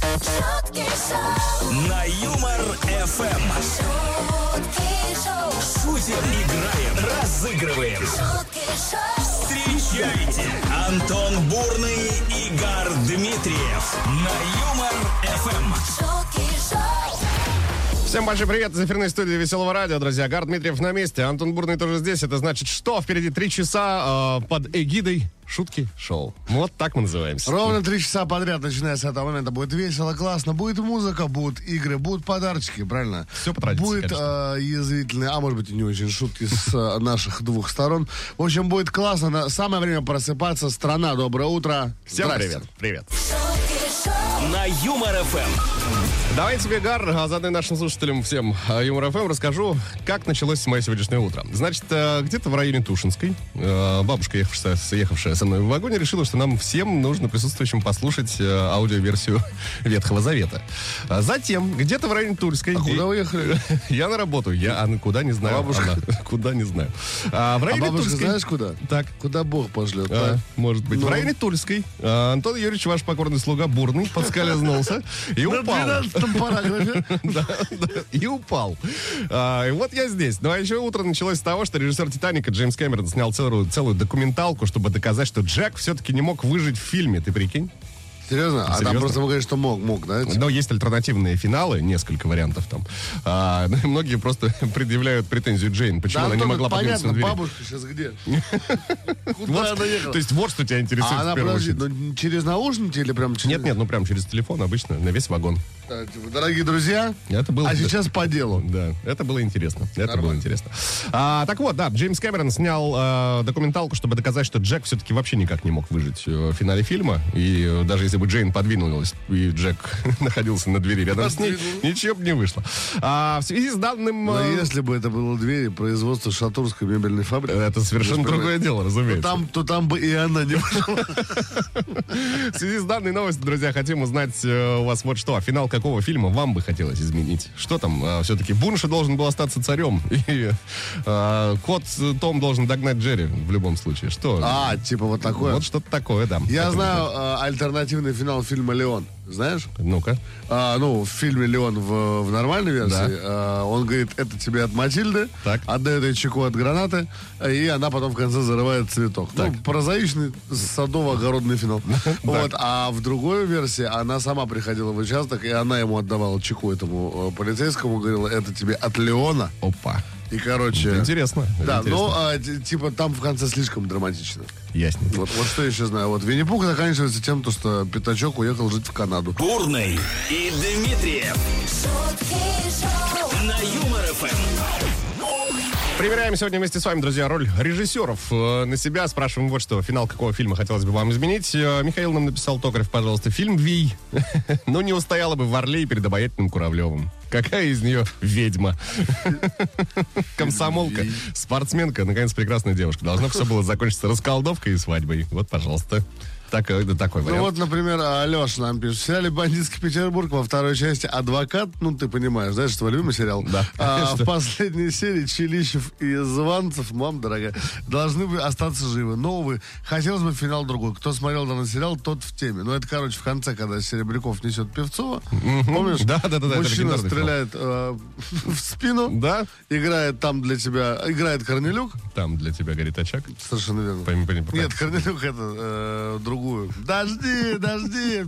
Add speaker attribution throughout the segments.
Speaker 1: Шутки шоу,
Speaker 2: На Юмор ФМ
Speaker 1: шутки шоу,
Speaker 2: шутим, играем, разыгрываем.
Speaker 1: шутки шоу,
Speaker 2: Встречайте Антон Бурный, Игорь Дмитриев на Юмор Эм. ФМ.
Speaker 1: шутки шоу,
Speaker 3: Всем большой привет из эфирной студии Веселого радио, друзья. Гар Дмитриев на месте, Антон Бурный тоже здесь. Это значит, что впереди три часа э, под эгидой шутки шоу. Ну, Вот так мы называемся.
Speaker 4: Ровно три часа подряд, начиная с этого момента, будет весело, классно, будет музыка, будут игры, будут подарочки, правильно?
Speaker 3: Всё по традиции,
Speaker 4: Будет
Speaker 3: конечно.
Speaker 4: э, язвительные, а может быть и не очень шутки с э, наших двух сторон. В общем, будет классно. На- Самое время просыпаться. Страна, доброе утро.
Speaker 3: Всем
Speaker 4: Здрасте.
Speaker 3: привет. Привет.
Speaker 1: шутки шоу,
Speaker 2: На Юмор Эм. ФМ.
Speaker 3: Давай тебе, Гар, а заодно и нашим слушателям всем э, Юмор ФМ расскажу, как началось мое сегодняшнее утро. Значит, э, где-то в районе Тушинской э, бабушка, ехавшая, с- ехавшая со мной в вагоне, решила, что нам всем нужно присутствующим послушать э, аудиоверсию Ветхого Завета. А затем, где-то в районе Тульской...
Speaker 4: А куда
Speaker 3: и-
Speaker 4: вы ехали?
Speaker 3: Я на работу. Я а, ну, куда не знаю.
Speaker 4: А бабушка?
Speaker 3: Она- Куда не знаю. А, в
Speaker 4: А
Speaker 3: районе
Speaker 4: бабушка
Speaker 3: Тульской-
Speaker 4: знаешь куда?
Speaker 3: Так.
Speaker 4: Куда Бог пошлет.
Speaker 3: А,
Speaker 4: да?
Speaker 3: может быть. В
Speaker 4: Ну.
Speaker 3: районе Тульской а, Антон Юрьевич, ваш покорный слуга, бурный, подскользнулся и
Speaker 4: На
Speaker 3: упал.
Speaker 4: 12 параграфе.
Speaker 3: Да, да, и упал. А, и вот я здесь. Ну а еще утро началось с того, что режиссер Титаника Джеймс Кэмерон снял целую, целую документалку, чтобы доказать, что Джек все-таки не мог выжить в фильме. Ты прикинь?
Speaker 4: Серьезно? А там
Speaker 3: Серьезно?
Speaker 4: просто мы говорим, что мог, мог, да?
Speaker 3: Но есть альтернативные финалы, несколько вариантов там. А, ну, и многие просто предъявляют претензию Джейн, почему
Speaker 4: Да,
Speaker 3: она не
Speaker 4: Антон,
Speaker 3: могла
Speaker 4: это
Speaker 3: подняться
Speaker 4: понятно,
Speaker 3: на двери.
Speaker 4: бабушка сейчас где?
Speaker 3: Вот,
Speaker 4: Куда она ехала?
Speaker 3: то есть вот что тебя интересует
Speaker 4: А она,
Speaker 3: в первую
Speaker 4: подожди,
Speaker 3: очередь.
Speaker 4: ну, через наушники или прям через...
Speaker 3: Нет, нет, ну прям через телефон обычно на весь вагон.
Speaker 4: Э, типа, Дорогие друзья,
Speaker 3: Это было-
Speaker 4: а сейчас по делу.
Speaker 3: Да, это было интересно. Это было
Speaker 4: Нормально.
Speaker 3: интересно. А, так вот, да, Джеймс Кэмерон снял э, документалку, чтобы доказать, что Джек все-таки вообще никак не мог выжить э, в финале фильма. И э, даже если бы Джейн подвинулась, и Джек находился на двери рядом с ней,
Speaker 4: Подвинулась.
Speaker 3: ничего бы не вышло. А, в связи с данным...
Speaker 4: Но
Speaker 3: э,
Speaker 4: если бы это было двери производства Шатурской мебельной фабрики,
Speaker 3: Это совершенно
Speaker 4: Господи.
Speaker 3: другое дело,
Speaker 4: то
Speaker 3: разумеется.
Speaker 4: там, то там бы и она не пошла.
Speaker 3: В связи с данной новостью, друзья, хотим узнать э, у вас вот что. А Финал какого фильма вам бы хотелось изменить? Что там? э, все-таки Бунша должен был остаться царем. И э, кот э, Том должен догнать Джерри в любом случае. Что?
Speaker 4: А, типа вот такое.
Speaker 3: Вот что-то такое, да.
Speaker 4: Я
Speaker 3: Хотим
Speaker 4: знаю
Speaker 3: узнать.
Speaker 4: э, альтернативный финал фильма «Леон». Знаешь?
Speaker 3: Ну-ка.
Speaker 4: А, ну, в фильме «Леон» в, в нормальной версии. а, он говорит, это тебе от Матильды.
Speaker 3: Так.
Speaker 4: Отдает ей чеку от гранаты. И она потом в конце зарывает цветок.
Speaker 3: Так.
Speaker 4: Ну, прозаичный садово-огородный финал. Вот. А в другой версии она сама приходила в участок, и она ему отдавала чеку этому э, полицейскому. Говорила, это тебе от Леона.
Speaker 3: Опа.
Speaker 4: И, короче...
Speaker 3: Это интересно. это
Speaker 4: Э. Да,
Speaker 3: интересно.
Speaker 4: но а, т- типа там в конце слишком драматично.
Speaker 3: Ясненько.
Speaker 4: Вот, вот что еще знаю. Вот Винни-Пух заканчивается тем, то, что Пятачок уехал жить в Канаду.
Speaker 2: Бурный и Дмитриев
Speaker 1: шутки шоу,
Speaker 2: на Юмор Эм. ФМ.
Speaker 3: Проверяем сегодня вместе с вами, друзья, роль режиссеров э, на себя. Спрашиваем вот что. Финал какого фильма хотелось бы вам изменить? Э, Михаил нам написал, Токарев, пожалуйста, фильм «Вий». Ну, не устояла бы в Орле и перед обаятельным Куравлевым. Какая из нее ведьма? Комсомолка, спортсменка, наконец, прекрасная девушка. Должно все было закончиться расколдовкой и свадьбой. Вот, пожалуйста. Такой, да, такой
Speaker 4: Ну
Speaker 3: вариант.
Speaker 4: вот, например, Алеша нам пишет. В сериале «Бандитский Петербург» во второй части «Адвокат», ну ты понимаешь, знаешь, твой любимый сериал.
Speaker 3: Да,
Speaker 4: А,
Speaker 3: конечно.
Speaker 4: в последней серии Челищев и Званцев, мам дорогая, должны бы остаться живы. Но, увы, хотелось бы финал другой. Кто смотрел данный сериал, тот в теме. Ну это, короче, в конце, когда Серебряков несет Певцова. Помнишь?
Speaker 3: Да, да, да, да, это
Speaker 4: Мужчина
Speaker 3: легендарный
Speaker 4: стреляет э, в спину.
Speaker 3: Да,
Speaker 4: Играет там для тебя, играет Корнелюк.
Speaker 3: там для тебя горит очаг.
Speaker 4: Совершенно верно.
Speaker 3: Пойми, пойми, пока.
Speaker 4: Нет, Корнелюк это э, другую. Дожди, дожди.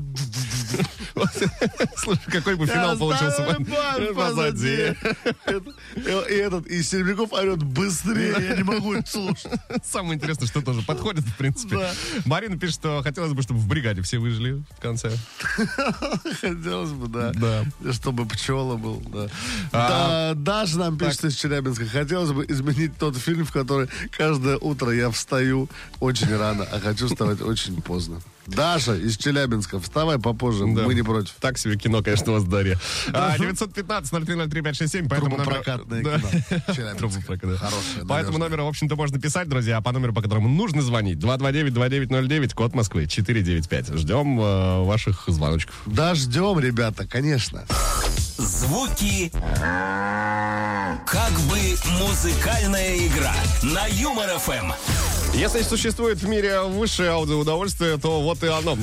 Speaker 3: Слушай, какой бы финал получился
Speaker 4: Оставим боль
Speaker 3: позади.
Speaker 4: Это- э, И и этот, и Серебряков орет быстрее, я не могу это слушать.
Speaker 3: Самое интересное, что тоже подходит, в принципе.
Speaker 4: Да.
Speaker 3: Марина пишет, что хотелось бы, чтобы в бригаде все выжили в конце.
Speaker 4: Хотелось бы, да.
Speaker 3: Да.
Speaker 4: Чтобы пчела был, да.
Speaker 3: А,
Speaker 4: Да, Даша нам пишет из Челябинска. Хотелось бы изменить тот фильм, в который каждое утро я встаю очень рано, а хочу вставать очень поздно. Даша из Челябинска, вставай попозже,
Speaker 3: Да.
Speaker 4: мы не против.
Speaker 3: Так себе кино, конечно, у вас, Дарья. А, 915-0303-567, поэтому номер...
Speaker 4: Трубопрокатное
Speaker 3: Да.
Speaker 4: кино. Челябинск.
Speaker 3: Трубопрокат, да.
Speaker 4: Хорошее,
Speaker 3: Поэтому
Speaker 4: надежное.
Speaker 3: номер, в общем-то, можно писать, друзья, а по номеру, по которому нужно звонить, 229-2909, код Москвы, 495. Ждем э, ваших звоночков.
Speaker 4: Да ждем, ребята, конечно.
Speaker 2: Звуки Эм. как бы музыкальная игра на Юмор ФМ.
Speaker 3: Если существует в мире высшее аудиоудовольствие, то вот и оно.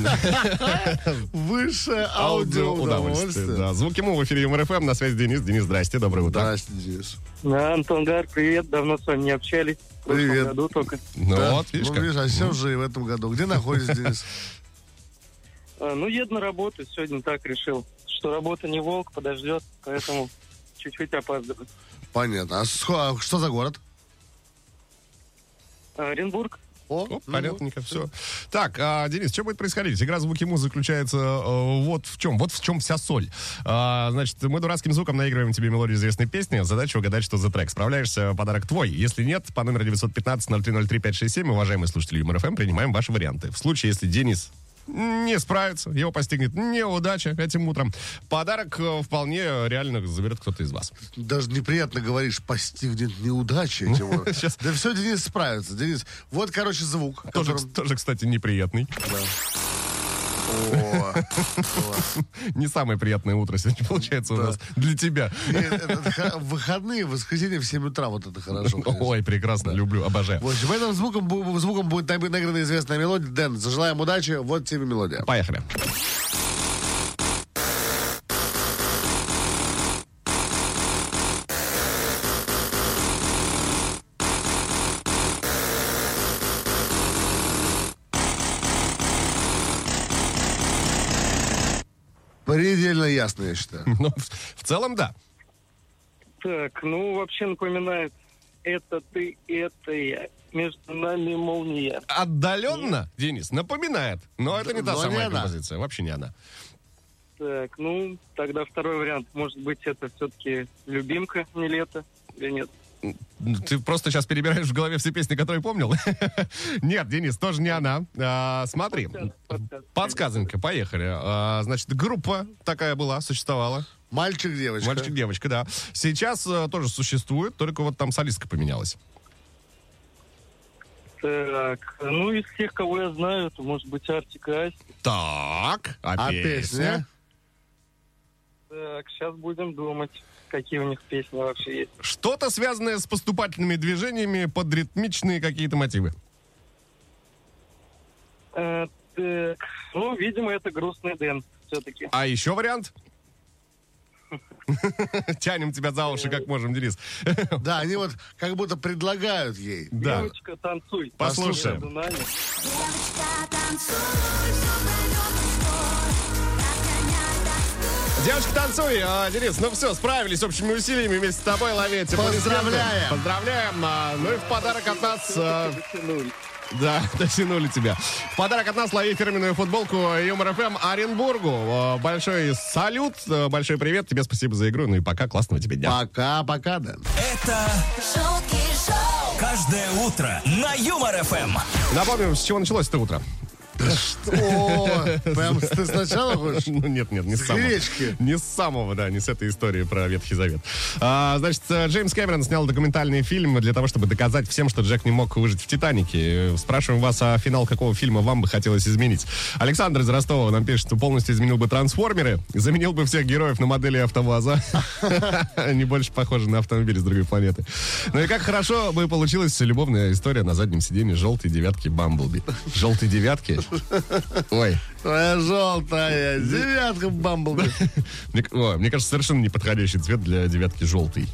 Speaker 4: Высшее
Speaker 3: Аудиоудовольствие.
Speaker 4: аудиоудовольствие.
Speaker 3: Да, звуки Му в эфире МРФМ. На связи Денис. Денис, здрасте, доброе утро.
Speaker 4: Здрасте, Денис.
Speaker 5: Да, Антон Гар, привет, давно с вами не общались. В прошлом
Speaker 4: Привет.
Speaker 5: году только.
Speaker 3: Ну
Speaker 4: Да,
Speaker 3: вот, видишь
Speaker 4: ну,
Speaker 3: как.
Speaker 4: а все же и в этом году. Где находишься, Денис?
Speaker 5: А, Ну, еду на работу, сегодня так решил, что работа не волк, подождет, поэтому чуть-чуть опаздываю.
Speaker 4: Понятно. А схо- а что за город?
Speaker 5: А, Оренбург,
Speaker 4: О,
Speaker 3: Оп,
Speaker 4: ну,
Speaker 3: понятненько, все. Так, а, Денис, что будет происходить? Игра «Звуки Му» заключается э, вот в чем, вот в чем вся соль. А, значит, мы дурацким звуком наигрываем тебе мелодию известной песни, задача угадать, что за трек. Справляешься, подарок твой. Если нет, по номеру 915-0303-567, уважаемые слушатели ЮМРФМ, принимаем ваши варианты. В случае, если Денис не справится, его постигнет неудача этим утром. Подарок э, вполне реально заберет кто-то из вас.
Speaker 4: Даже неприятно говоришь, постигнет неудача. эти вот.
Speaker 3: Сейчас.
Speaker 4: Да все, Денис справится. Денис, вот, короче, звук.
Speaker 3: Тоже,
Speaker 4: которым-
Speaker 3: тоже, кстати, неприятный.
Speaker 4: О,
Speaker 3: Не самое приятное утро сегодня получается у нас для тебя.
Speaker 4: нет, это ха- в Выходные, в воскресенье в 7 утра, вот это хорошо. конечно.
Speaker 3: Ой, прекрасно, люблю, обожаю.
Speaker 4: В общем, этим звуком, бу- звуком будет наиг- наиграна известная мелодия. Дэн, зажелаем удачи, вот тебе мелодия.
Speaker 3: Поехали.
Speaker 4: Предельно ясно, я считаю.
Speaker 3: Ну, в, в целом, да.
Speaker 5: Так, ну вообще напоминает это ты, это я. Между нами молния.
Speaker 3: Отдаленно, Денис, напоминает. Но это не та
Speaker 4: Но не
Speaker 3: самая
Speaker 4: она.
Speaker 3: композиция. Вообще не она.
Speaker 5: Так, ну, тогда второй вариант. Может быть, это все-таки любимка не лето или нет?
Speaker 3: Ну, Ты просто сейчас перебираешь в голове все песни, которые помнил. Нет, Денис, тоже не она. А, смотри.
Speaker 5: Подсказка.
Speaker 3: Подсказонька, поехали. А, значит, группа такая была, существовала.
Speaker 4: Мальчик, девочка.
Speaker 3: Мальчик-девочка, да. Сейчас э, тоже существует, только вот там солистка поменялась.
Speaker 5: Так, ну из всех, кого я знаю, то может быть Артик и Асти.
Speaker 3: Так, а,
Speaker 4: А
Speaker 3: песня?
Speaker 4: песня?
Speaker 5: Так, сейчас будем думать, какие у них песни вообще есть.
Speaker 3: Что-то связанное с поступательными движениями под ритмичные какие-то мотивы.
Speaker 5: Э, так, ну, видимо, это грустный Дэн все-таки.
Speaker 3: А еще вариант? Тянем тебя за уши, как можем, Денис.
Speaker 4: Да, они вот как будто предлагают ей.
Speaker 3: Да.
Speaker 5: Девочка, танцуй.
Speaker 3: Послушаем.
Speaker 5: Между нами.
Speaker 1: Девочка, танцуй, все пойдет в спор. Разгоняй тоску.
Speaker 3: Девочки, танцуй. А, Денис, ну все, справились общими усилиями вместе с тобой. Лови эти
Speaker 4: Поздравляем.
Speaker 3: аплодисменты. Поздравляем. А, ну и в подарок от нас... а, Да, дотянули тебя. В подарок от нас лови фирменную футболку Юмор ФМ Оренбургу. А, Большой салют, а, большой привет. Тебе спасибо за игру. Ну и пока. Классного тебе дня.
Speaker 4: Пока-пока, Дэн.
Speaker 2: Это
Speaker 1: Шутки шоу.
Speaker 2: каждое утро на Юмор Эм. ФМ.
Speaker 3: Напомним, с чего началось это утро.
Speaker 4: О, прям ты сначала хочешь?
Speaker 3: Ну, нет, нет, не с,
Speaker 4: С
Speaker 3: самого.
Speaker 4: гречки.
Speaker 3: Не с самого, да, не с этой истории про Ветхий Завет. А, значит, э, Джеймс Кэмерон снял документальный фильм для того, чтобы доказать всем, что Джек не мог выжить в «Титанике». Э, Спрашиваем вас, а финал какого фильма вам бы хотелось изменить? Александр из Ростова нам пишет, что полностью изменил бы «Трансформеры», заменил бы всех героев на модели «АвтоВАЗа». Они больше похожи на автомобили с другой планеты. Ну и как хорошо бы получилась любовная история на заднем сиденье желтой девятки Бамблби. Желтой девятки? Ой,
Speaker 4: Твоя желтая девятка Бамблби.
Speaker 3: мне, о, мне кажется, совершенно неподходящий цвет для девятки желтый.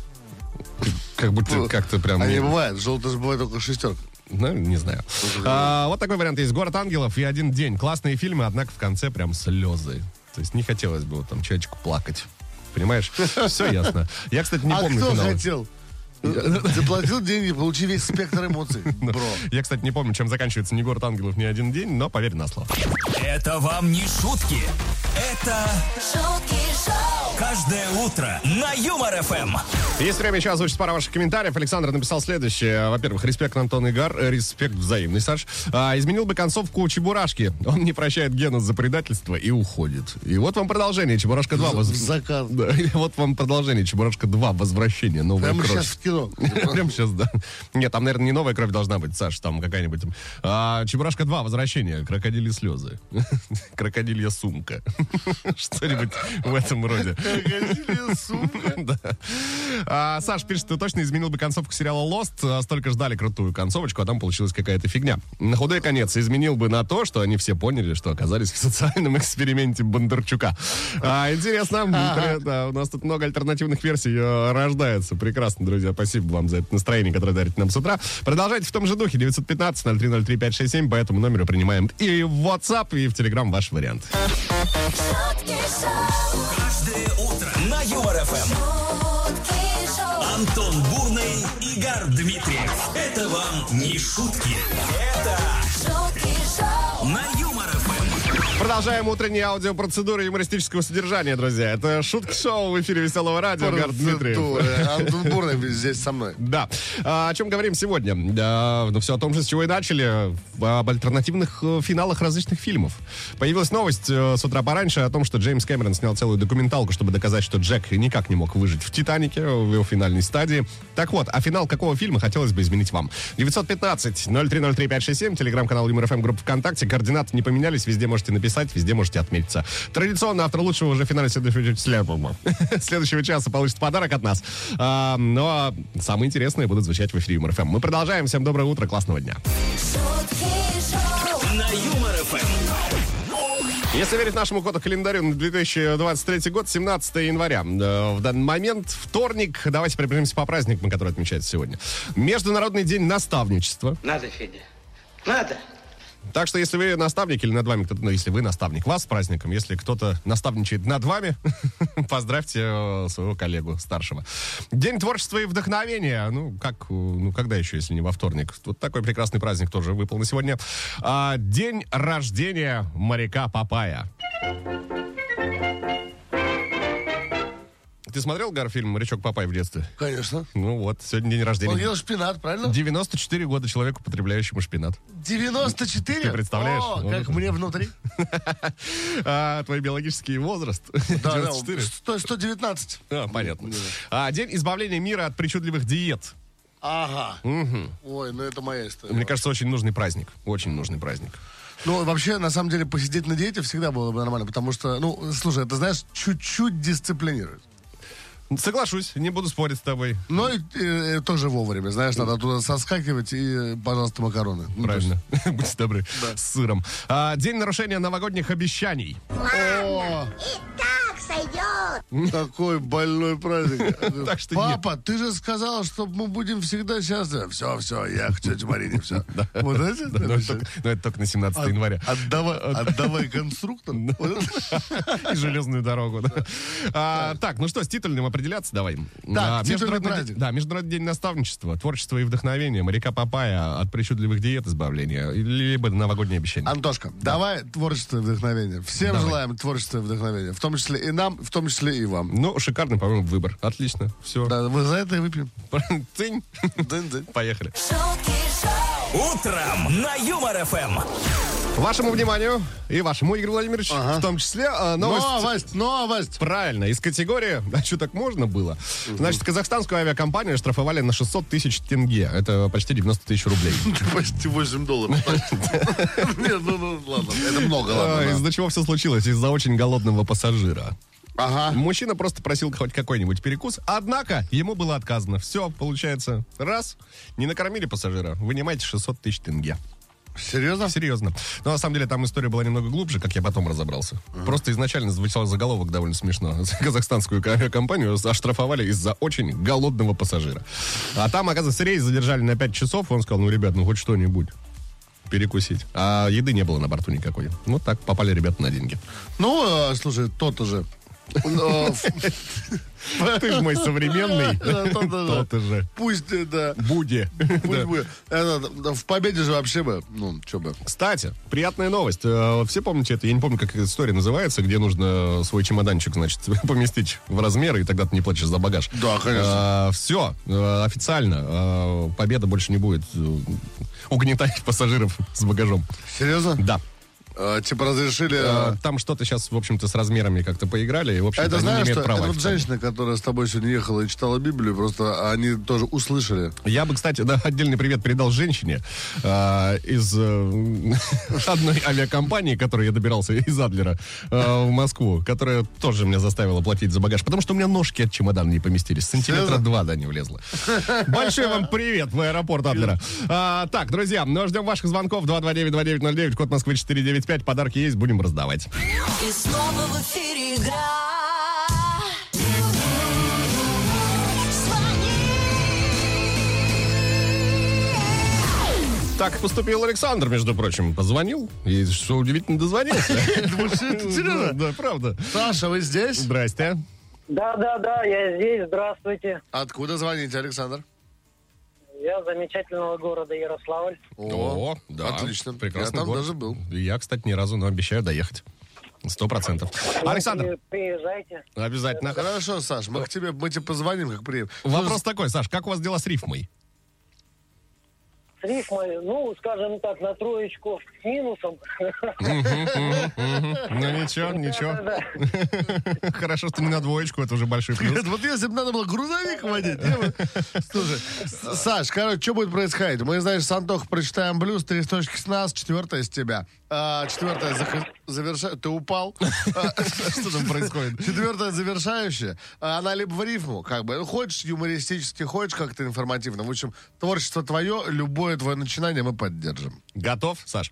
Speaker 3: Как будто как-то прям...
Speaker 4: Они
Speaker 3: не-
Speaker 4: бывают. Желтый же бывает только шестерка.
Speaker 3: ну, не знаю. А, вот такой вариант есть. «Город ангелов» и «Один день». Классные фильмы, однако в конце прям слезы. То есть не хотелось бы вот там человечку плакать. Понимаешь? Все ясно. Я, кстати, не
Speaker 4: а
Speaker 3: помню
Speaker 4: кто
Speaker 3: финала.
Speaker 4: хотел? Заплатил деньги, получи весь спектр эмоций. Бро.
Speaker 3: Я, кстати, не помню, чем заканчивается ни «Город ангелов», ни «Один день», но поверь на слово.
Speaker 2: Это вам не шутки. Это
Speaker 1: Шутки шоу.
Speaker 2: каждое утро на Юмор ФМ.
Speaker 3: Есть время сейчас звучит пара ваших комментариев. Александр написал следующее. Во-первых, респект Антон Игар. Э, Респект взаимный, Саш. А, изменил бы концовку Чебурашки. Он не прощает Гена за предательство и уходит. И вот вам продолжение. Чебурашка 2.
Speaker 4: В закат.
Speaker 3: Да, и вот вам продолжение. Чебурашка 2. Возвращение. Новая
Speaker 4: Прямо
Speaker 3: кровь.
Speaker 4: сейчас в кино.
Speaker 3: Прямо сейчас, да. Нет, там, наверное, не новая кровь должна быть, Саш, там какая-нибудь. там. А, Чебурашка 2, возвращение, крокодили слезы, крокодилья сумка. Что-нибудь в этом роде.
Speaker 4: Крокодилья сумка.
Speaker 3: Да. А, Саш пишет, ты точно изменил бы концовку сериала «Лост». А, Столько ждали крутую концовочку, а там получилась какая-то фигня. На худой конец изменил бы на то, что они все поняли, что оказались в социальном эксперименте Бондарчука. А, интересно, э, да, у нас тут много альтернативных версий э, рождается. Прекрасно, друзья, спасибо вам за это настроение, которое дарите нам с утра. Продолжайте в том же духе. 915-0303-567. По этому номеру принимаем и в WhatsApp, и в Telegram ваш вариант.
Speaker 1: шутки шоу,
Speaker 2: Каждое утро на Юмор ФМ.
Speaker 1: шутки шоу,
Speaker 2: Антон Бурный, Игорь Дмитриев. Это вам не шутки. Это
Speaker 1: шутки шоу,
Speaker 2: на Юмор ФМ.
Speaker 3: Продолжаем утренние аудиопроцедуры юмористического содержания, друзья. Это шутка-шоу в эфире Веселого радио. Гард Дмитриев.
Speaker 4: Процедура. Антон Бурный здесь со мной.
Speaker 3: Да. А, о чем говорим сегодня? Да, ну все о том же, с чего и начали. Об альтернативных э, финалах различных фильмов. Появилась новость э, с утра пораньше о том, что Джеймс Кэмерон снял целую документалку, чтобы доказать, что Джек никак не мог выжить в «Титанике» в его финальной стадии. Так вот, а финал какого фильма хотелось бы изменить вам? 915-0303-567, телеграм-канал ЮморФМ, группа ВКонтакте. Координаты не поменялись, везде можете написать, везде можете отметиться. Традиционно автор лучшего уже в финале следующего, следующего- следующего часа получит подарок от нас. А, но самые интересные будут звучать в эфире ЮморФМ. Мы продолжаем. Всем доброе утро, классного дня.
Speaker 1: шутки шоу,
Speaker 2: На Юмор ФМ.
Speaker 3: Если верить нашему коду календарю на 2023 год, 17 января. Э, В данный момент вторник. Давайте пробежимся по праздникам, которые отмечаются сегодня. Международный день наставничества.
Speaker 6: Надо, Федя. Надо.
Speaker 3: Так что, если вы наставник или над вами кто-то, ну, если вы наставник, вас с праздником. Если кто-то наставничает над вами, поздравьте э, своего коллегу старшего. День творчества и вдохновения. Ну, как, э, ну, когда еще, если не во вторник? Вот такой прекрасный праздник тоже выпал на сегодня. А, день рождения моряка Папая. Ты смотрел, Гар, фильм «Морячок Папай» в детстве?
Speaker 4: Конечно.
Speaker 3: Ну вот, сегодня день рождения.
Speaker 4: Он ел шпинат, правильно?
Speaker 3: 94 года человеку, употребляющему шпинат.
Speaker 4: 94?
Speaker 3: Ты представляешь?
Speaker 4: О,
Speaker 3: Вот
Speaker 4: как
Speaker 3: это.
Speaker 4: мне внутри.
Speaker 3: А, твой биологический возраст.
Speaker 4: Да, да,
Speaker 3: 94.
Speaker 4: сто- 119.
Speaker 3: А, понятно. А, день избавления мира от причудливых диет.
Speaker 4: Ага. Ой, ну это моя история.
Speaker 3: Мне кажется, очень нужный праздник. Очень нужный праздник.
Speaker 4: Ну, вообще, на самом деле, посидеть на диете всегда было бы нормально, потому что, ну, слушай, это, знаешь, чуть-чуть дисциплинирует.
Speaker 3: Соглашусь, не буду спорить с тобой.
Speaker 4: Но и, э, тоже вовремя, знаешь, надо оттуда соскакивать и, э, пожалуйста, макароны. Ну, то есть-
Speaker 3: Правильно. Будьте добры. С сыром. А, день нарушения новогодних обещаний.
Speaker 4: О,
Speaker 1: так сойдет,
Speaker 4: такой больной праздник.
Speaker 3: Так что
Speaker 4: Папа, ты же сказал, что мы будем всегда счастливы. Все, все, я к тете Марине, все. Вот
Speaker 3: Но
Speaker 4: это?
Speaker 3: это ну, только- но это только на 17
Speaker 4: А,
Speaker 3: января.
Speaker 4: Отдавай, отдавай конструктор. Вот это.
Speaker 3: И железную дорогу. да. А, Так, ну что, с титульным определяться давай. А,
Speaker 4: титульный
Speaker 3: международный
Speaker 4: праздник.
Speaker 3: день- Да, Международный день наставничества, творчества и вдохновения, моряка Папая от причудливых диет избавления, либо новогодние обещания.
Speaker 4: Антошка, давай творчество и вдохновение. Всем
Speaker 3: Давай.
Speaker 4: желаем творчества и вдохновения. В том числе и нам, в том числе и вам.
Speaker 3: Ну, шикарный, по-моему, выбор. Отлично. Все.
Speaker 4: Да, вы за это и выпьем.
Speaker 3: Цинь.
Speaker 4: Дын-дын.
Speaker 3: Поехали.
Speaker 1: шутки шоу,
Speaker 2: Утром на Юмор ФМ.
Speaker 3: Вашему вниманию и вашему, Игорь Владимирович, в том числе а, новость.
Speaker 4: Новость, новость.
Speaker 3: Правильно, из категории «А что так можно было?» Значит, казахстанскую авиакомпанию штрафовали на 600 тысяч тенге. Это почти 90 тысяч рублей.
Speaker 4: Почти 8 долларов. Нет, ну, ну, ладно. Это много,
Speaker 3: А,
Speaker 4: ладно.
Speaker 3: Из-за чего все случилось? Из-за очень голодного пассажира.
Speaker 4: да. Ага.
Speaker 3: Мужчина просто просил хоть какой-нибудь перекус, однако ему было отказано. Все, получается, раз, не накормили пассажира, вынимайте 600 тысяч тенге.
Speaker 4: Серьезно?
Speaker 3: Серьезно. Но на самом деле там история была немного глубже, как я потом разобрался. Просто изначально звучал заголовок довольно смешно. Казахстанскую авиакомпанию оштрафовали из-за очень голодного пассажира. А там, оказывается, рейс задержали на 5 часов. Он сказал, ну, ребят, ну хоть что-нибудь перекусить. А еды не было на борту никакой. Вот так попали ребята на деньги.
Speaker 4: Ну, э, слушай, тот же. Э, ф-
Speaker 3: Ты же мой современный.
Speaker 4: Да, тот же.
Speaker 3: Тот же.
Speaker 4: Пусть, э, да.
Speaker 3: Буди.
Speaker 4: Пусть
Speaker 3: Да.
Speaker 4: бы. Это, да, В победе же вообще бы, ну, что бы.
Speaker 3: Кстати, приятная новость. Э, Все помните это? Я не помню, как эта история называется, где нужно свой чемоданчик, значит, поместить в размеры, и тогда ты не платишь за багаж.
Speaker 4: Да, конечно.
Speaker 3: все, официально. э, победа больше не будет э, угнетать пассажиров с багажом.
Speaker 4: Серьезно?
Speaker 3: Да.
Speaker 4: э, типа разрешили...
Speaker 3: Э,
Speaker 4: э,
Speaker 3: Там что-то сейчас, в общем-то, с размерами как-то поиграли, и, в
Speaker 4: А
Speaker 3: общем-то,
Speaker 4: это
Speaker 3: они не
Speaker 4: знаешь,
Speaker 3: имеют
Speaker 4: что?
Speaker 3: права.
Speaker 4: Это вот
Speaker 3: официально.
Speaker 4: женщина, которая с тобой сегодня ехала и читала Библию, просто они тоже услышали.
Speaker 3: Я бы, кстати, да, отдельный привет передал женщине э, из э, одной авиакомпании, которой я добирался из Адлера э, в Москву, которая тоже меня заставила платить за багаж, потому что у меня ножки от чемодана не поместились. Сантиметра
Speaker 4: Серьезно?
Speaker 3: два, да, не влезло. Большой вам привет в аэропорт Адлера. А, так, друзья, ну, ждем ваших звонков 229-2909, код Москвы 495, подарки есть, будем раздавать.
Speaker 1: И снова в эфире игра. Звони.
Speaker 3: Так поступил Александр, между прочим, позвонил, и, что удивительно, дозвонился.
Speaker 4: серьезно?
Speaker 3: Да, правда.
Speaker 4: Саша, вы здесь?
Speaker 3: Здрасте.
Speaker 7: Да, да, да, я здесь. Здравствуйте.
Speaker 4: Откуда звоните, Александр?
Speaker 7: Я замечательного города Ярославль.
Speaker 3: О, да.
Speaker 4: Отлично.
Speaker 3: Прекрасно.
Speaker 4: Я там даже был.
Speaker 3: Я, кстати, ни разу, но обещаю доехать. Сто процентов. Александр,
Speaker 7: При- Приезжайте.
Speaker 3: обязательно.
Speaker 4: Хорошо, Саш, мы к тебе, мы тебе позвоним, как приедем.
Speaker 3: Вопрос такой, Саш, как у вас дела с рифмой?
Speaker 7: С рифмой, ну, скажем так, на троечку с минусом.
Speaker 3: Ну ничего, ничего.
Speaker 7: Да-да-да.
Speaker 3: Хорошо, что не на двоечку, это уже большой плюс.
Speaker 4: Нет, вот если бы надо было грузовик водить, не бы- Слушай, С- Саш, короче, что будет происходить? Мы, знаешь, с Антохой прочитаем блюз, три строчки с нас, четвертая с тебя. А, четвертая зах- заверша... Ты упал. А,
Speaker 3: Что там происходит?
Speaker 4: Четвертая завершающая. А Она либо в рифму, как бы. Ну, Хочешь юмористически, хочешь как-то информативно. В общем, творчество твое, любое твое начинание мы поддержим.
Speaker 3: Готов, Саш?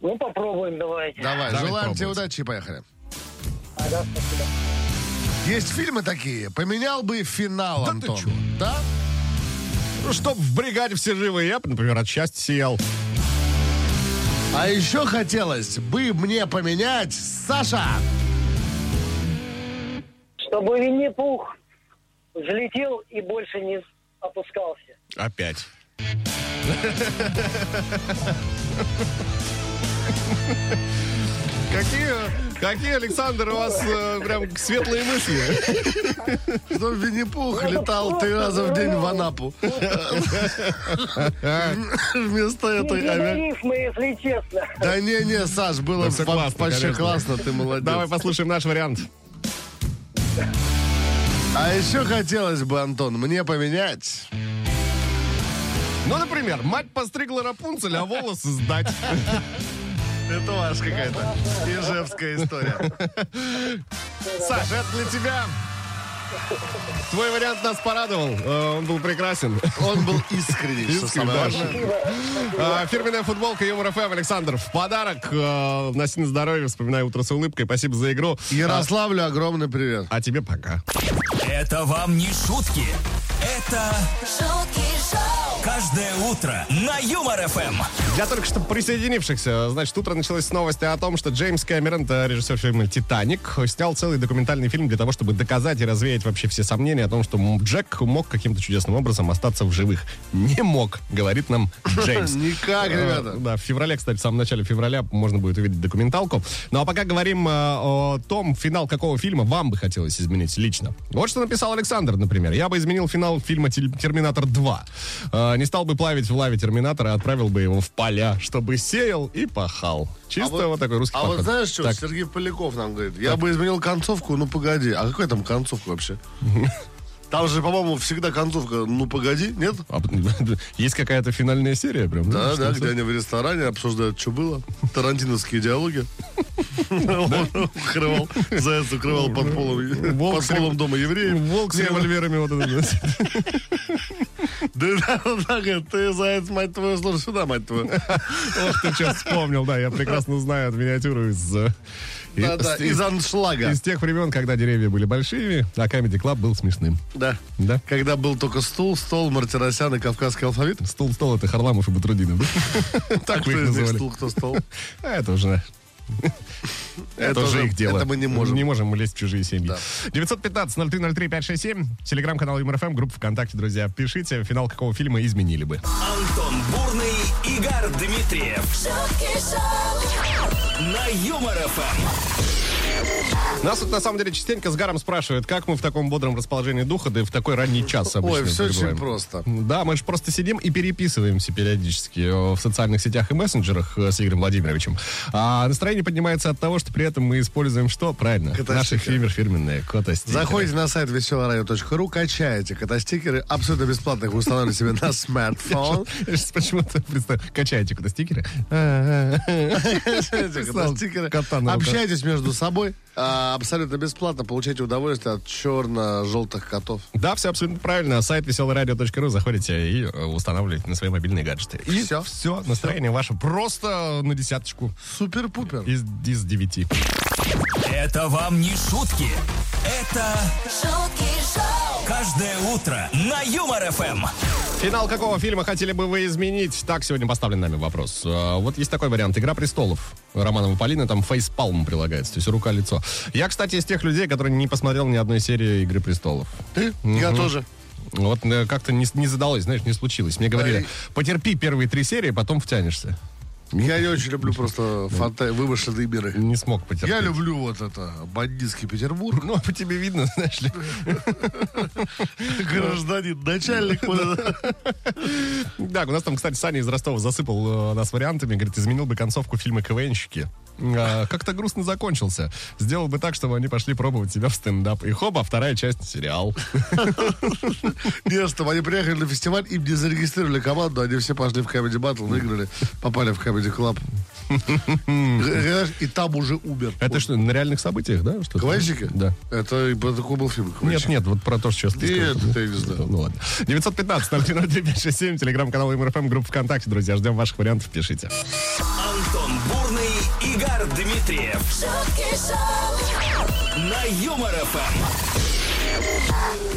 Speaker 7: Ну, попробуем, давайте.
Speaker 4: Давай,
Speaker 3: Давай
Speaker 4: желаем тебе
Speaker 3: пробовать.
Speaker 4: удачи и поехали.
Speaker 7: Ага, спасибо.
Speaker 4: Есть фильмы такие. Поменял бы финал,
Speaker 3: Да ты
Speaker 4: Антон.
Speaker 3: чё?
Speaker 4: Да?
Speaker 3: Ну, чтоб в бригаде все живы, я бы, например, от счастья съел.
Speaker 4: А еще хотелось бы мне поменять Саша.
Speaker 7: Чтобы Винни-Пух взлетел и больше не опускался.
Speaker 3: Опять. Какие, какие, Александр, у вас э, прям светлые мысли.
Speaker 4: Что Винни-Пух летал три раза в день в Анапу. Вместо
Speaker 7: Не
Speaker 4: этой
Speaker 7: для
Speaker 4: авиа...
Speaker 7: рифмы, если честно.
Speaker 4: Да не-не, Саш, было
Speaker 3: Да всё
Speaker 4: по-
Speaker 3: классно,
Speaker 4: вообще
Speaker 3: конечно.
Speaker 4: классно, ты
Speaker 3: Давай
Speaker 4: молодец.
Speaker 3: послушаем наш вариант.
Speaker 4: А еще хотелось бы, Антон, мне поменять.
Speaker 3: Ну, например, мать постригла Рапунцель, а волосы сдать.
Speaker 4: Это ваша какая-то ижевская история.
Speaker 3: Саша, это для тебя. Твой вариант нас порадовал. Э, Он был прекрасен.
Speaker 4: Он был искренний, что
Speaker 3: Искренне,
Speaker 4: самое
Speaker 3: да.
Speaker 4: важное.
Speaker 3: Э, Фирменная футболка Юмор ФМ Александр. В подарок. э, Носи на здоровье, вспоминай утро с улыбкой. Спасибо за игру.
Speaker 4: Ярославлю огромный привет.
Speaker 3: А тебе пока.
Speaker 2: Это вам не шутки. Это
Speaker 1: Шутки шоу.
Speaker 2: каждое утро на Юмор ФМ.
Speaker 3: Для только что присоединившихся, значит, утро началось с новости о том, что Джеймс Кэмерон, это режиссер фильма «Титаник», снял целый документальный фильм для того, чтобы доказать и развеять вообще все сомнения о том, что м- Джек мог каким-то чудесным образом остаться в живых. Не мог, говорит нам Джеймс.
Speaker 4: Никак,
Speaker 3: Э,
Speaker 4: ребята.
Speaker 3: Да, в феврале, кстати, в самом начале февраля можно будет увидеть документалку. Ну а пока говорим э, о том, финал какого фильма вам бы хотелось изменить лично. Вот что написал Александр, например. Я бы изменил финал фильма «Тел- «Терминатор 2». Э, Не стал бы плавить в лаве Терминатора, а отправил бы его в поля, чтобы сеял и пахал. Чисто вот, такой русский
Speaker 4: А
Speaker 3: подход.
Speaker 4: вот знаешь, что
Speaker 3: Так,
Speaker 4: Сергей Поляков нам говорит? Я бы изменил концовку, ну погоди. А какая там концовка вообще? Там же, по-моему, всегда концовка «ну погоди», нет?
Speaker 3: а, Есть какая-то финальная серия прям?
Speaker 4: Да,
Speaker 3: Ну, Что
Speaker 4: да,
Speaker 3: это?
Speaker 4: где они в ресторане обсуждают, что было. Тарантиновские диалоги. Он укрывал, заяц укрывал под полом,
Speaker 3: Волк
Speaker 4: под
Speaker 3: с
Speaker 4: полом
Speaker 3: револь-
Speaker 4: дома евреев.
Speaker 3: Волк с
Speaker 4: Не,
Speaker 3: револьверами вот это. да.
Speaker 4: Да, да, он так говорит, ты, заяц, мать твою, слушай сюда, мать твою.
Speaker 3: Ох, ты сейчас вспомнил, да, я прекрасно знаю эту миниатюру из... э, и-
Speaker 4: Да, да,
Speaker 3: с-
Speaker 4: из аншлага.
Speaker 3: Из тех времен, когда деревья были большими, а Comedy Club был смешным.
Speaker 4: Да.
Speaker 3: Да?
Speaker 4: Когда был только стул, стол, Мартиросян и кавказский алфавит.
Speaker 3: Стул, стол это Харламов и Батрудинов. да?
Speaker 4: А
Speaker 3: Так
Speaker 4: кто
Speaker 3: вы их
Speaker 4: из них
Speaker 3: называли.
Speaker 4: стул, кто стол?
Speaker 3: А это уже... Это уже их дело.
Speaker 4: Это мы не можем.
Speaker 3: Не можем мы лезть в чужие семьи. 915-0303-567, телеграм-канал ЮморФМ, группа ВКонтакте, друзья. Пишите, финал какого фильма изменили бы.
Speaker 2: Антон Бурный, Игорь Дмитриев
Speaker 1: Шутки шоу.
Speaker 2: на Юмор ФМ.
Speaker 3: Нас вот на самом деле частенько с Гаром спрашивают, как мы в таком бодром расположении духа, да и в такой ранний час обычно
Speaker 4: Ой, все
Speaker 3: пребываем.
Speaker 4: очень просто.
Speaker 3: Да, мы же просто сидим и переписываемся периодически э, в социальных сетях и мессенджерах э, с Игорем Владимировичем. А настроение поднимается от того, что при этом мы используем что? Правильно,
Speaker 4: Кота-стикеры.
Speaker 3: наши фирмер, фирменные котостикеры.
Speaker 4: Заходите на сайт веселорадио.ру, качаете кота-стикеры, абсолютно бесплатно их устанавливаете себе на смартфон.
Speaker 3: Я щас Почему-то представь, качаете куда стикеры? Качаете
Speaker 4: Эти кота-стикеры.
Speaker 3: а. кота на руках.
Speaker 4: Общайтесь между собой а, абсолютно бесплатно, получайте удовольствие от черно-желтых котов.
Speaker 3: Да, все абсолютно правильно. Сайт веселорадио.ру заходите и э, устанавливаете на свои мобильные гаджеты. И
Speaker 4: Всё.
Speaker 3: все, настроение ваше просто на десяточку
Speaker 4: Супер-пупер.
Speaker 3: из, из девяти.
Speaker 2: Это вам не шутки. Это
Speaker 1: шутки шоу,
Speaker 2: каждое утро на Юмор ФМ.
Speaker 3: Финал какого фильма хотели бы вы изменить? Так сегодня поставлен нами вопрос. А, Вот есть такой вариант. «Игра престолов». Романова Полина, там фейспалм прилагается, то есть рука-лицо. Я, кстати, из тех людей, которые не посмотрел ни одной серии «Игры престолов».
Speaker 4: Ты? Я тоже.
Speaker 3: Вот э, как-то не, не задалось, знаешь, не случилось. Мне говорили, потерпи первые три серии, потом втянешься.
Speaker 4: Я не очень люблю просто фанта- вымышленные миры.
Speaker 3: Не смог потерпеть.
Speaker 4: Я люблю вот это, бандитский Петербург.
Speaker 3: Ну, а по тебе видно, знаешь ли.
Speaker 4: Гражданин, начальник. вот это.
Speaker 3: Да, у нас там, кстати, Саня из Ростова засыпал э, нас вариантами. Говорит, изменил бы концовку фильма «КВНщики». А, как-то грустно закончился. Сделал бы так, чтобы они пошли пробовать себя в стендап. И хоба, вторая часть сериал.
Speaker 4: Не, чтобы они приехали на фестиваль, им не зарегистрировали команду, они все пошли в Comedy Battle, выиграли, попали в Comedy Club. Знаешь, И там уже умер.
Speaker 3: Это что, на реальных событиях, да? что-то?
Speaker 4: «КВНщики»?
Speaker 3: Да.
Speaker 4: Это и про такой был фильм
Speaker 3: Нет,
Speaker 4: «КВНщики».
Speaker 3: нет, вот про то, что сейчас ты
Speaker 4: Нет,
Speaker 3: сказал.
Speaker 4: это я не знаю.
Speaker 3: Ну ладно. 915-0303-567, телеграм-канал МРФМ, группа ВКонтакте, друзья. Ждем ваших вариантов, пишите.
Speaker 2: Антон Бурный, Игорь Дмитриев
Speaker 1: шутки шоу,
Speaker 2: на Юмор ФМ.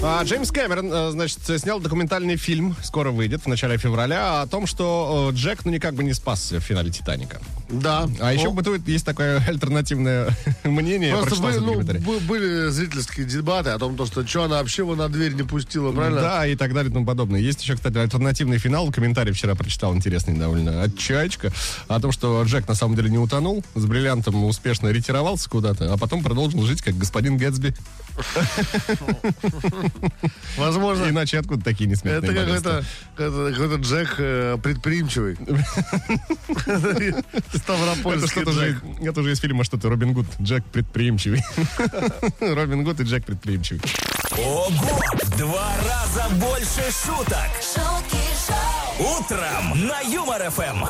Speaker 3: А, Джеймс Кэмерон, э, значит, снял документальный фильм, скоро выйдет, в начале февраля, о том, что э, Джек, ну, никак бы не спасся в финале «Титаника».
Speaker 4: Да.
Speaker 3: А еще
Speaker 4: О,
Speaker 3: бытует, есть такое альтернативное мнение. я
Speaker 4: Просто
Speaker 3: прочитал
Speaker 4: были,
Speaker 3: среди
Speaker 4: ну,
Speaker 3: комментариев.
Speaker 4: бы- были зрительские дебаты о том, то, что что она вообще его на дверь не пустила, правильно?
Speaker 3: Да, и так далее и тому подобное. Есть еще, кстати, альтернативный финал. Комментарий вчера прочитал интересный довольно от Чаечка. О том, что Джек на самом деле не утонул, с бриллиантом успешно ретировался куда-то, а потом продолжил жить как господин Гэтсби.
Speaker 4: Возможно,
Speaker 3: Иначе откуда такие
Speaker 4: это
Speaker 3: несмертные богатства?
Speaker 4: какой-то, какой-то- какой-то Джек э, предприимчивый.
Speaker 3: Это
Speaker 4: Ставропольский
Speaker 3: что-то же,
Speaker 4: Джек.
Speaker 3: это уже из фильма что-то Робин Гуд, Джек предприимчивый. Робин Гуд и Джек предприимчивый.
Speaker 2: Ого! В два раза больше шуток.
Speaker 1: шутки шоу,
Speaker 2: Утром на Юмор ФМ.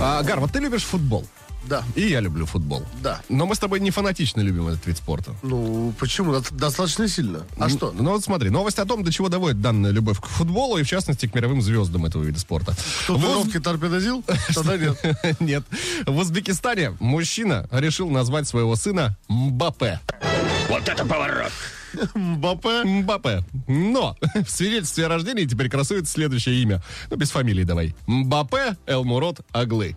Speaker 3: А, Гар, вот ты любишь футбол.
Speaker 4: Да.
Speaker 3: И я люблю футбол.
Speaker 4: Да.
Speaker 3: Но мы с тобой не фанатично любим этот вид спорта.
Speaker 4: Ну, почему? До- Достаточно сильно. А что?
Speaker 3: Ну вот смотри, новость о том, до чего доводит данная любовь к футболу и в частности к мировым звездам этого вида спорта. Воз-
Speaker 4: Татуировки торпедозил? Тогда нет.
Speaker 3: Нет. В Узбекистане мужчина решил назвать своего сына Мбаппе.
Speaker 4: Мбаппе.
Speaker 3: Мбаппе. Но в свидетельстве о рождении теперь красует следующее имя. Ну, без фамилии давай. Мбаппе Элмурод Аглы.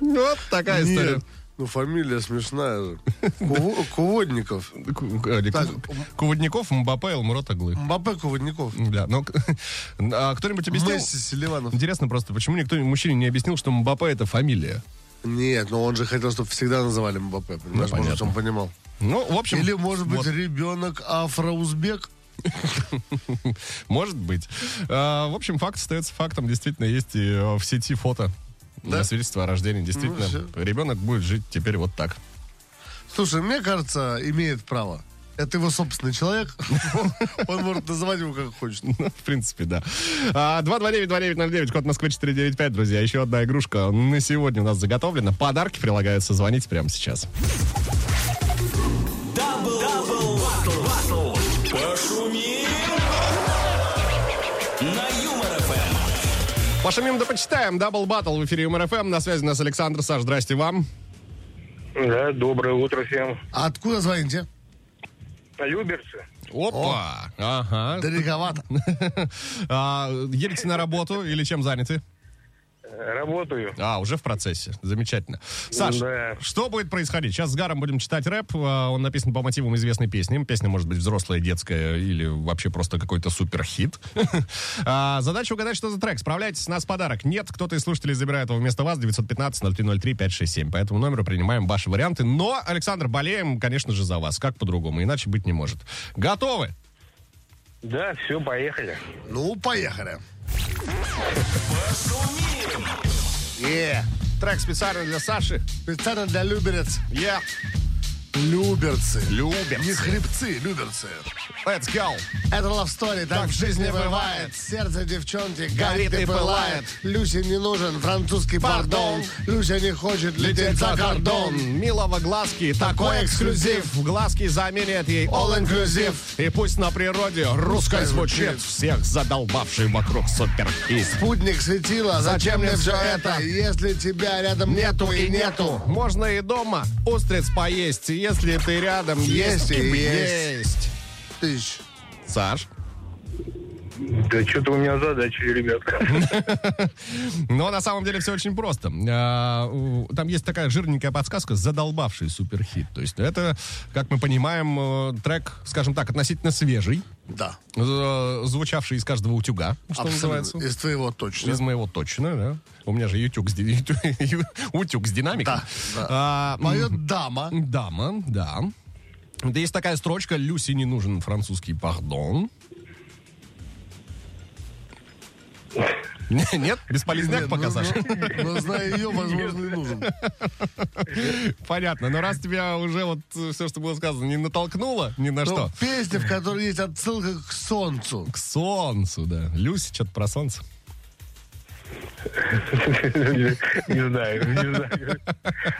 Speaker 3: Вот такая история.
Speaker 4: Нет. Ну, фамилия смешная же. Куво- Куводников.
Speaker 3: Ку- ку- э,
Speaker 4: Так.
Speaker 3: ку- Куводников, Мбаппе, Элмурод Аглы.
Speaker 4: Мбаппе Куводников.
Speaker 3: Да, но а кто-нибудь объяснил?
Speaker 4: Месси Селиванов.
Speaker 3: Интересно просто, почему никто мужчине не объяснил, что Мбаппе это фамилия?
Speaker 4: Нет, но он же хотел, чтобы всегда называли Мбаппе. Понимаешь,
Speaker 3: Ну,
Speaker 4: может, он
Speaker 3: понятно.
Speaker 4: понимал.
Speaker 3: Ну, в общем...
Speaker 4: Или, может быть,
Speaker 3: вот,
Speaker 4: ребенок афроузбек?
Speaker 3: может быть. А, в общем, факт остается фактом. Действительно, есть и э, в сети фото
Speaker 4: Да?
Speaker 3: свидетельство о рождении. Действительно,
Speaker 4: Ну,
Speaker 3: ребенок будет жить теперь вот так.
Speaker 4: Слушай, мне кажется, имеет право. Это его собственный человек. Он может называть его как хочет.
Speaker 3: Ну, в принципе, да. А, 229-2909, код Москвы 495, друзья. Еще одна игрушка на сегодня у нас заготовлена. Подарки прилагаются. Звоните прямо сейчас.
Speaker 2: Дабл, дабл, батл, батл. Пошумим. На Юмор ФМ.
Speaker 3: Пошумим да почитаем. Дабл Баттл в эфире МРФМ. На связи у нас Александр. Саш, здрасте вам.
Speaker 5: Да, доброе утро всем.
Speaker 4: А откуда звоните?
Speaker 5: Люберцы.
Speaker 3: Опа! Ага.
Speaker 4: Далековато.
Speaker 3: А, едете на работу или чем заняты?
Speaker 5: Работаю.
Speaker 3: А, уже в процессе. Замечательно. Саш,
Speaker 5: Да.
Speaker 3: что будет происходить? Сейчас с Гаром будем читать рэп. А, Он написан по мотивам известной песни. Песня может быть взрослая, детская или вообще просто какой-то суперхит. А, Задача угадать, что за трек. Справляйтесь, с нас подарок. Нет, кто-то из слушателей забирает его вместо вас. 915-0303-567. По этому номеру принимаем ваши варианты. Но, Александр, болеем, конечно же, за вас. Как по-другому? Иначе быть не может. Готовы?
Speaker 5: Да, все, поехали.
Speaker 4: Ну, поехали.
Speaker 3: Э,
Speaker 4: Е,
Speaker 3: Трек специально для Саши.
Speaker 4: специально для люберец.
Speaker 3: Я
Speaker 4: Люберцы.
Speaker 3: любим.
Speaker 4: Не хребцы, люберцы.
Speaker 3: Let's go.
Speaker 4: Это love story, так, в жизни бывает. Сердце девчонки горит и пылает. Люсе не нужен французский пардон. Люся не хочет лететь за кордон.
Speaker 3: Милого глазки, такой эксклюзив. Глазки заменят ей all inclusive. И пусть на природе русской звучит всех задолбавший вокруг суперхит.
Speaker 4: Путник светила, зачем мне все это, если тебя рядом нету и нету?
Speaker 3: Можно и дома устриц поесть, если ты рядом
Speaker 4: Есть
Speaker 3: есть,
Speaker 4: и
Speaker 3: и
Speaker 4: есть.
Speaker 3: есть.
Speaker 4: Тысяч.
Speaker 3: Саш,
Speaker 5: Да что-то у меня задачи, ребят.
Speaker 3: но на самом деле все очень просто. А, у- Там есть такая жирненькая подсказка «Задолбавший суперхит». То есть это, как мы понимаем, э, трек, скажем так, относительно свежий.
Speaker 4: Да.
Speaker 3: З- звучавший из каждого утюга, что
Speaker 4: Абсолютно.
Speaker 3: называется.
Speaker 4: Из твоего точно.
Speaker 3: Из моего точно, да. У меня же утюг с, ди- ю- утюг с динамиком.
Speaker 4: Да, да.
Speaker 3: А, м,
Speaker 4: Поет дама.
Speaker 3: Дама, да. Да есть такая строчка «Люси не нужен французский пардон». Не- Нет? Бесполезняк
Speaker 4: Нет,
Speaker 3: пока,
Speaker 4: ну,
Speaker 3: Саша?
Speaker 4: ну, Но, зная ее, возможно, и нужен.
Speaker 3: Понятно. Но раз тебя уже вот все, что было сказано, не натолкнуло ни на
Speaker 4: Но
Speaker 3: что.
Speaker 4: Ну, Песня, в которой есть отсылка к солнцу.
Speaker 3: К солнцу, да. Люси что-то про солнце.
Speaker 5: Не знаю, не знаю.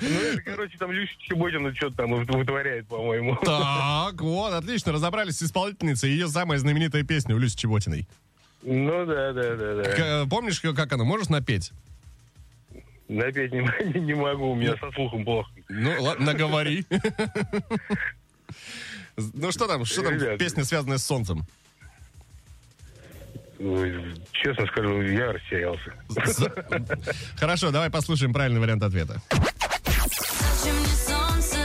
Speaker 5: Ну, это, короче, там Люся Чеботина что-то там вытворяет, по-моему.
Speaker 3: Так, вот, отлично, разобрались с исполнительницей. Ее самая знаменитая песня у Люси Чеботиной.
Speaker 5: Ну, да, да, да, да.
Speaker 3: К- э, Помнишь, её, как она? Можешь напеть?
Speaker 5: Напеть не, не могу, у меня со слухом плохо.
Speaker 3: Ну, ладно, наговори. Ну, что там, что там,
Speaker 5: Ребят.
Speaker 3: песня, связанная с солнцем?
Speaker 5: Ой, Честно скажу, я растерялся.
Speaker 3: Хорошо, давай послушаем правильный вариант ответа.
Speaker 1: Скажи мне солнце,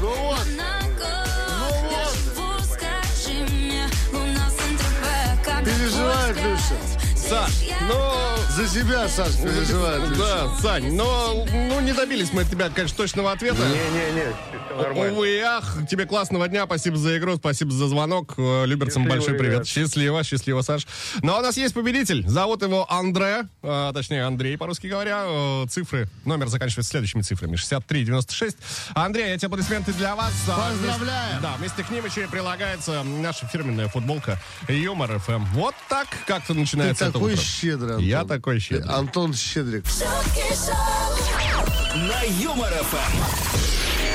Speaker 3: Ну
Speaker 1: а луна город, Скажи мне, луна Сан-Тропе, как
Speaker 4: Переживает
Speaker 1: твой взгляд.
Speaker 3: Саш,
Speaker 1: Здесь я
Speaker 3: ну...
Speaker 4: За себя, Саш, переживает.
Speaker 3: Да, Сань, но ну, не добились мы от тебя, конечно, точного ответа.
Speaker 5: Не-не-не, все нормально.
Speaker 3: Увы и ах, тебе классного дня, спасибо за игру, спасибо за звонок. Э, Люберцам
Speaker 5: Счастливо,
Speaker 3: большой привет.
Speaker 5: ребят.
Speaker 3: Счастливо, счастливо, Саш. Ну а у нас есть победитель, зовут его Андре, э, точнее Андрей, по-русски говоря. Э, Цифры, номер заканчивается следующими цифрами, 6396. Андрей, эти аплодисменты для вас. А
Speaker 4: Поздравляем!
Speaker 3: вместе- Да, вместе к ним еще и прилагается наша фирменная футболка Юмор ФМ. Вот так как-то
Speaker 4: Ты
Speaker 3: начинается это
Speaker 4: такой
Speaker 3: утро.
Speaker 4: щедрый, Антон.
Speaker 3: Я такой щедрый.
Speaker 4: Антон Щедрик.
Speaker 1: Шутки шоу,
Speaker 2: На Юмор ФМ.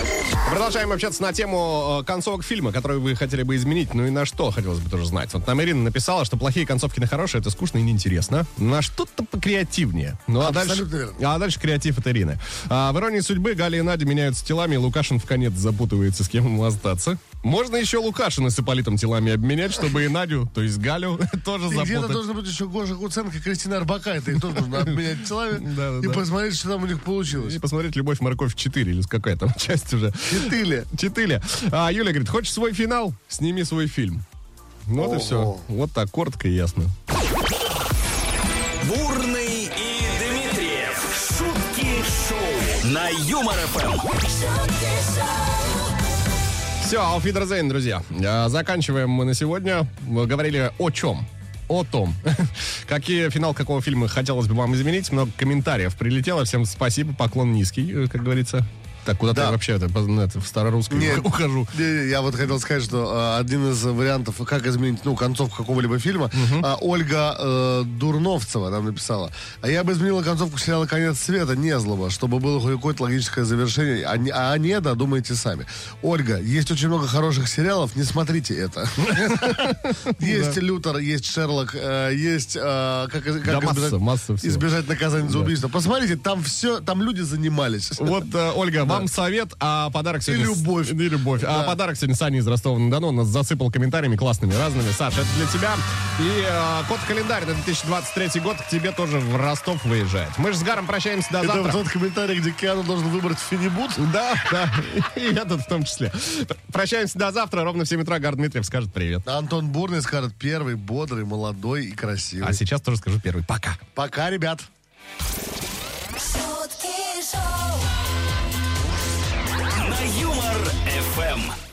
Speaker 3: Продолжаем общаться на тему э, концовок фильма, которые вы хотели бы изменить. Ну и на что, хотелось бы тоже знать. Вот нам Ирина написала, что плохие концовки на хорошие — это скучно и неинтересно. На что-то покреативнее. Ну, а дальше,
Speaker 4: Абсолютно верно.
Speaker 3: а дальше креатив от Ирины. А, в «Иронии судьбы» Галя и Надя меняются телами, и Лукашин в конец запутывается, с кем ему остаться. Можно еще Лукашина с Ипполитом телами обменять, чтобы и Надю, то есть Галю, тоже
Speaker 4: И где-то
Speaker 3: запутать.
Speaker 4: должна быть еще Гоша Куценко, Кристина Арбакайте. И тоже нужно обменять
Speaker 3: Да,
Speaker 4: телами
Speaker 3: да,
Speaker 4: и
Speaker 3: да.
Speaker 4: посмотреть, что там у них получилось.
Speaker 3: И посмотреть «Любовь, морковь 4» или какая там часть уже.
Speaker 4: И ты ли?
Speaker 3: Четыре. А Юля говорит, хочешь свой финал? Сними свой фильм. Ну Вот и
Speaker 4: Ого.
Speaker 3: все. Вот так, коротко и ясно.
Speaker 2: Бурный и Дмитриев. Шутки шоу. На Юмор ФМ.
Speaker 1: шутки шоу,
Speaker 3: Все, ауфидерзейн, друзья. А, Заканчиваем мы на сегодня. Мы говорили о чем? О том, какие финал какого фильма хотелось бы вам изменить. Много комментариев прилетело. Всем спасибо, поклон низкий, э, как говорится. Так, куда
Speaker 4: Да.
Speaker 3: ты вообще это, поз- это, в старорусскую
Speaker 4: Нет.
Speaker 3: ухожу?
Speaker 4: Не, не, Я вот хотел сказать, что э, один из вариантов, как изменить ну, концовку какого-либо фильма, а, Ольга э, Дурновцева нам написала. А я бы изменила концовку сериала «Конец света» не злоба, чтобы было хоть какое-то логическое завершение. А не, а не да, думайте сами. Ольга, есть очень много хороших сериалов, не смотрите это. Есть Лютер, есть Шерлок, э, есть э, как как
Speaker 3: Да масса,
Speaker 4: избежать-
Speaker 3: масса всего.
Speaker 4: избежать наказания за убийство. Посмотрите, там все, там люди занимались.
Speaker 3: Вот, э, Ольга, Вам совет, а подарок сегодня... с-
Speaker 4: любовь.
Speaker 3: И любовь. А
Speaker 4: Да.
Speaker 3: подарок сегодня Саня из Ростова-на-Дону Он нас засыпал комментариями классными, разными. Саша, это для тебя. И э, код-календарь на 2023 год к тебе тоже в Ростов выезжает. Мы же с Гаром прощаемся до
Speaker 4: Это
Speaker 3: завтра.
Speaker 4: вот тот комментарий, где Киану должен выбрать Финибут.
Speaker 3: Да, да. И этот в том числе. Прощаемся до завтра. Ровно в 7 утра Гар Дмитриев скажет привет.
Speaker 4: Антон Бурный скажет первый, бодрый, молодой и красивый.
Speaker 3: А сейчас тоже скажу первый. Пока.
Speaker 4: Пока, ребят.
Speaker 1: шутки шоу.
Speaker 2: На Юмор ФМ.